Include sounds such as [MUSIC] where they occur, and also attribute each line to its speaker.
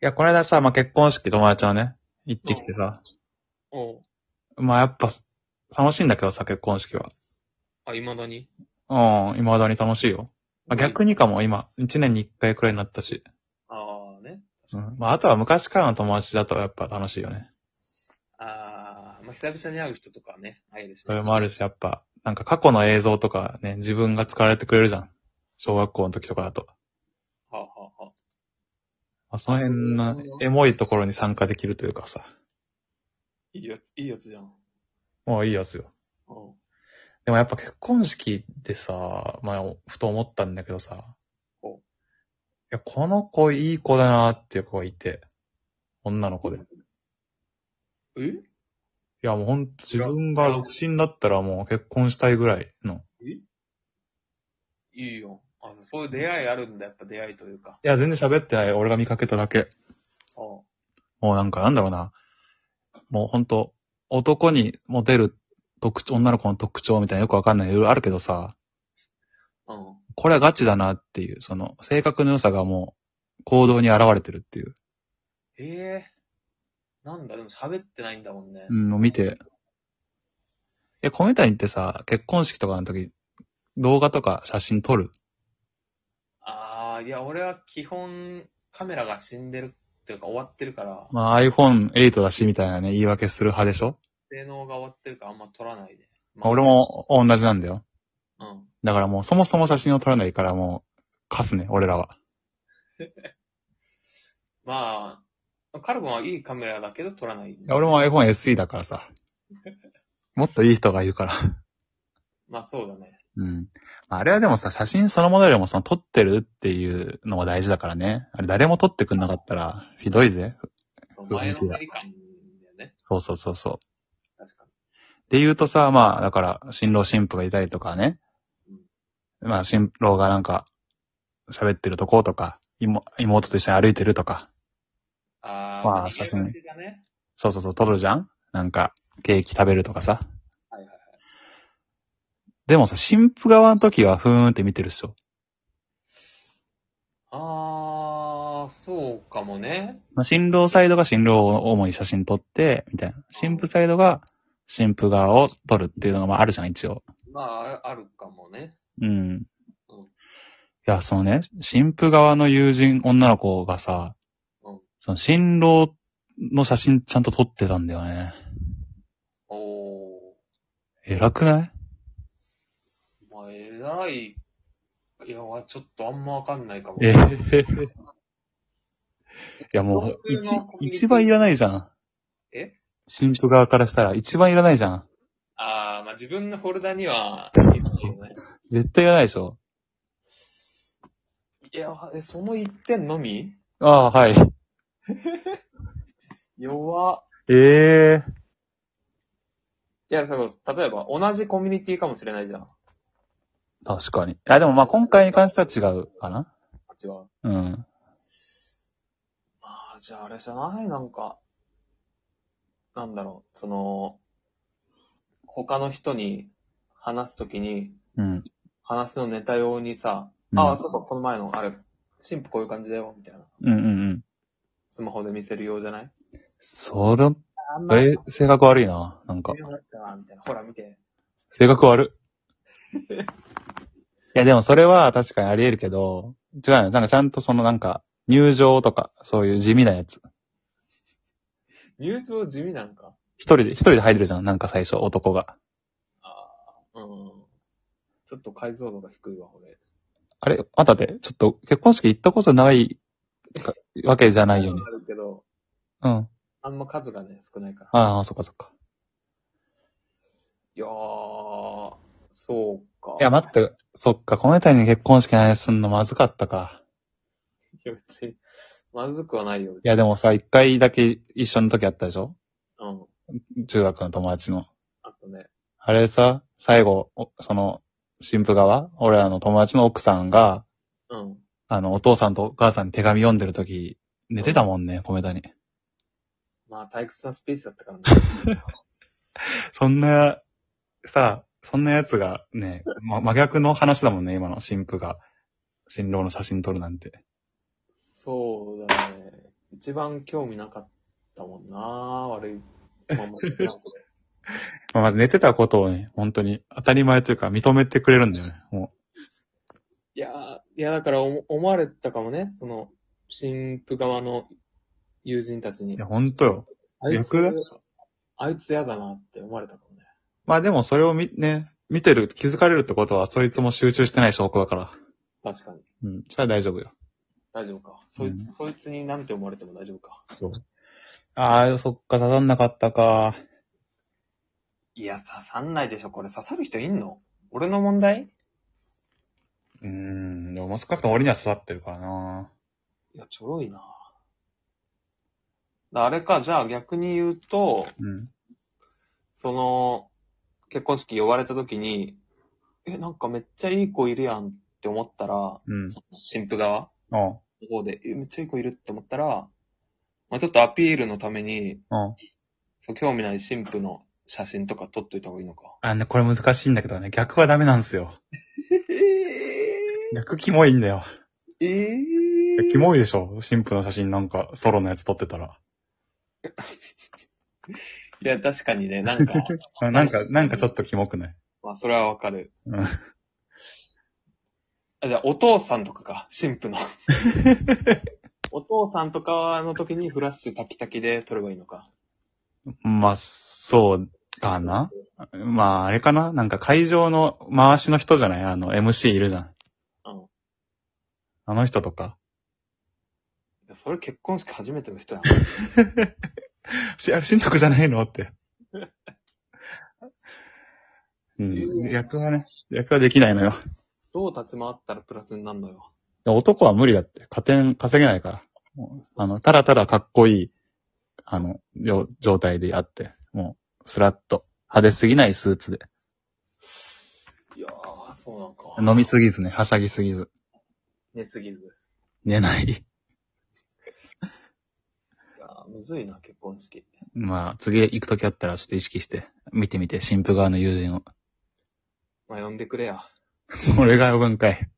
Speaker 1: や、この間さ、まあ、結婚式友達のね、行ってきてさ、
Speaker 2: おう
Speaker 1: まあ、やっぱ、楽しいんだけどさ、結婚式は。
Speaker 2: あ、未だに。
Speaker 1: うん、今だに楽しいよ。まあ、逆にかも、今、1年に1回くらいになったし。
Speaker 2: ああね。
Speaker 1: うん。まあ、あとは昔からの友達だとやっぱ楽しいよね。
Speaker 2: ああ、まあ、久々に会う人とかね、会えるし、
Speaker 1: それもあるし、やっぱ、なんか過去の映像とかね、自分が使われてくれるじゃん。小学校の時とかだと。
Speaker 2: はあ、はあはあ、
Speaker 1: まあ、その辺
Speaker 2: な
Speaker 1: の
Speaker 2: るほど
Speaker 1: エモいところに参加できるというかさ、
Speaker 2: いいやつ、いいやつじゃん。
Speaker 1: もういいやつよ。
Speaker 2: おう
Speaker 1: でもやっぱ結婚式ってさ、まあ、ふと思ったんだけどさ、い
Speaker 2: お
Speaker 1: や、この子いい子だなっていう子がいて、女の子で。い
Speaker 2: え
Speaker 1: や、もうほんと自分が独身だったらもう結婚したいぐらいの。
Speaker 2: いいよ。あそういう出会いあるんだ、やっぱ出会いというか。
Speaker 1: いや、全然喋ってない。俺が見かけただけ。
Speaker 2: おう
Speaker 1: もうなんかなんだろうな。もうほんと、男にモテる特徴、女の子の特徴みたいなよくわかんない。いろいろあるけどさ、
Speaker 2: うん。
Speaker 1: これはガチだなっていう、その、性格の良さがもう、行動に現れてるっていう。
Speaker 2: ええなんだ、でも喋ってないんだもんね。
Speaker 1: うん、のを見て。え、小メタニってさ、結婚式とかの時、動画とか写真撮る
Speaker 2: ああ、いや、俺は基本、カメラが死んでるっていうか終わってるから、
Speaker 1: まあ iPhone8 だしみたいなね、言い訳する派でしょ、
Speaker 2: 性能が終わってるからあんま撮らないで。
Speaker 1: まあ、俺。も同じなんだよ。
Speaker 2: うん。
Speaker 1: だからもうそもそも写真を撮らないからもう、貸すね、俺らは。
Speaker 2: まあ、カルボンはいいカメラだけど撮らない。
Speaker 1: いや俺も iPhone SE だからさ。もっといい人がいるから。 [LAUGHS]
Speaker 2: まあそうだね。
Speaker 1: うん。まああれはでもさ、写真そのものよりもその撮ってるっていうのが大事だからね。あれ誰も撮ってくんなかったら、ひどいぜ。
Speaker 2: その前の距離感だよね。
Speaker 1: そうそうそうそう。
Speaker 2: 確かに。
Speaker 1: で言うとさ、まあ、だから、新郎新婦がいたりとかね。まあ、新郎がなんか、喋ってるとことか、妹妹と一緒に歩いてるとか。
Speaker 2: あー
Speaker 1: まあ
Speaker 2: 逃げ
Speaker 1: 写真
Speaker 2: 口がね。
Speaker 1: そうそうそう、撮るじゃんなんか、ケーキ食べるとかさ。
Speaker 2: はいはいはい。
Speaker 1: でもさ、新婦側の時はふーんって見てるっしょ。
Speaker 2: あー、そうかもね。
Speaker 1: まあ、新郎サイドが新郎を主に写真撮って、みたいな。新婦サイドが新婦側を撮るっていうのがまああるじゃん、一応。
Speaker 2: まあ、ああるかもね。
Speaker 1: うん。
Speaker 2: う
Speaker 1: い
Speaker 2: ん
Speaker 1: や、そのね、新婦側の友人、女の子がさ
Speaker 2: うん、
Speaker 1: その新郎の写真ちゃんと撮ってたんだよね。
Speaker 2: おー、
Speaker 1: 偉くない
Speaker 2: まあ、偉い。いや、わちょっとあんまわかんないかも。
Speaker 1: えへへへいや、もう
Speaker 2: 僕のコ、ミュニティ
Speaker 1: 一一番いらないじゃん。
Speaker 2: え
Speaker 1: 新婦側からしたら一番いらないじゃん。
Speaker 2: あー、まあ自分のフォルダには、
Speaker 1: [LAUGHS] 絶対いらないでしょ。
Speaker 2: いや、えその一点のみ
Speaker 1: ああ、はい。
Speaker 2: 弱っ。
Speaker 1: ええ
Speaker 2: いや、そう、例えば同じコミュニティかもしれないじゃん。
Speaker 1: 確かに。いや、でもまあ今回に関しては違うかな。
Speaker 2: あ、違う。
Speaker 1: うん。
Speaker 2: ああ、じゃああれじゃないなんか、なんだろう、その、他の人に話すときに、
Speaker 1: うん。
Speaker 2: 話のネタ用にさ、
Speaker 1: うん
Speaker 2: ああ、そうか、この前の、あれ、新婦こういう感じだよ、みたいな。
Speaker 1: うんうんうん。
Speaker 2: スマホで見せるようじゃない
Speaker 1: それ、
Speaker 2: あんまり
Speaker 1: え、性格悪いな。なんか
Speaker 2: 見。なかったわ、みたいな。ほら見て。
Speaker 1: 性格悪い。いや、でもそれは確かにあり得るけど、違うよ。なんかちゃんとそのなんか、入場とか、そういう地味なやつ。
Speaker 2: 入場地味なんか。
Speaker 1: 一人で、一人で入れるじゃん。なんか最初、男が。
Speaker 2: うん。ちょっと解像度が低いわ、俺。
Speaker 1: あれあたで、ちょっと結婚式行ったことないかわけじゃないよね。
Speaker 2: あるけど、
Speaker 1: うん。
Speaker 2: あんま数がね、少ないから。
Speaker 1: ああ、そっかそっか。
Speaker 2: いやー、そうか。
Speaker 1: いや、待って、そっか、この辺りに結婚式の話すんのまずかったか。
Speaker 2: いや別にまずくはないよ。
Speaker 1: いや、でもさ、一回だけ一緒の時あったでしょ
Speaker 2: うん。
Speaker 1: 中学の友達の。
Speaker 2: あとね。
Speaker 1: あれさ、最後、おその、新婦側、俺らの友達の奥さんが、
Speaker 2: うん。
Speaker 1: あの、お父さんとお母さんに手紙読んでる時、寝てたもんね、米田に。
Speaker 2: まあ、退屈なスピーチだったから
Speaker 1: [LAUGHS]
Speaker 2: ね。
Speaker 1: そんな、さ、そんなやつがね、ま、真逆の話だもんね、今の新婦が。新郎の写真撮るなんて。
Speaker 2: そうだね。一番興味なかったもんな悪い。まあまあ
Speaker 1: まあ、まず寝てたことをね、本当に当たり前というか認めてくれるんだよね。も
Speaker 2: いやーいや、だから思思われたかもね、その、新婦側の友人たち
Speaker 1: う。
Speaker 2: に
Speaker 1: いや、。本当よ。
Speaker 2: あいつ
Speaker 1: 逆だ、
Speaker 2: あいつ嫌だなって思われたかもね。
Speaker 1: まあでもそれをみ、ね、見てる、気づかれるってことは、そいつも集中してない証拠だから。
Speaker 2: 確かに。
Speaker 1: うん。それは大丈夫よ。
Speaker 2: 大丈夫か。そいつ、そいつになんて思われても大丈夫か。
Speaker 1: そう。ああ、そっか、刺さんなかったか。
Speaker 2: いや、刺さんないでしょ。これ刺さる人いんの俺の問題
Speaker 1: うーん。でも少なくとも俺には刺さってるからない
Speaker 2: や、ちょろいなだあれか、じゃあ逆に言うと、
Speaker 1: うん。
Speaker 2: その、結婚式呼ばれた時に、え、なんかめっちゃいい子いるやんって思ったら、
Speaker 1: うん。
Speaker 2: 新婦側
Speaker 1: あ
Speaker 2: の方で、え、めっちゃいい子いるって思ったら、まあちょっとアピールのために、
Speaker 1: あ。うん。
Speaker 2: そう興味ない新婦の写真とか撮っといた方がいいのか。
Speaker 1: あ、ね、これ難しいんだけどね、逆はダメなんですよ。
Speaker 2: え
Speaker 1: 逆キモいんだよ。
Speaker 2: え
Speaker 1: いや
Speaker 2: え
Speaker 1: キモいでしょ新婦の写真なんか、ソロのやつ撮ってたら。
Speaker 2: いや、確かにね、なんか、
Speaker 1: ななんか、なんかちょっとキモくない
Speaker 2: まあ、それはわかる。
Speaker 1: うん。 [LAUGHS]
Speaker 2: あじゃあ、お父さんとかか、神
Speaker 1: [LAUGHS]
Speaker 2: 父の。お父さんとかの時にフラッシュタキタキで撮ればいいのか。
Speaker 1: まあ、そうかなまあ、あれかななんか会場の回しの人じゃないあの、MC いるじゃん。
Speaker 2: うん。い
Speaker 1: あの人とか。
Speaker 2: やそれ結婚式初めての人やん。
Speaker 1: [LAUGHS] し、あれ、親族じゃないのって。う
Speaker 2: うん
Speaker 1: ん。役はね、役はできないのよ。
Speaker 2: どう立ち回ったらプラスになるのよ。
Speaker 1: 男は無理だって。加点稼げないから。もうあの、ただただかっこいい、あの、よ状態であって。もう、スラッと。派手すぎないスーツで。
Speaker 2: いやー、そうなんか。
Speaker 1: 飲みすぎずね、はしゃぎすぎず。
Speaker 2: 寝すぎず。
Speaker 1: 寝ない。 [LAUGHS]
Speaker 2: いやー、むずいな、結婚式。
Speaker 1: まあ、次行くときあったらちょっと意識して、見てみて、新婦側の友人を。 [LAUGHS]
Speaker 2: まあ、呼んでくれや。
Speaker 1: 俺が呼ぶんかい。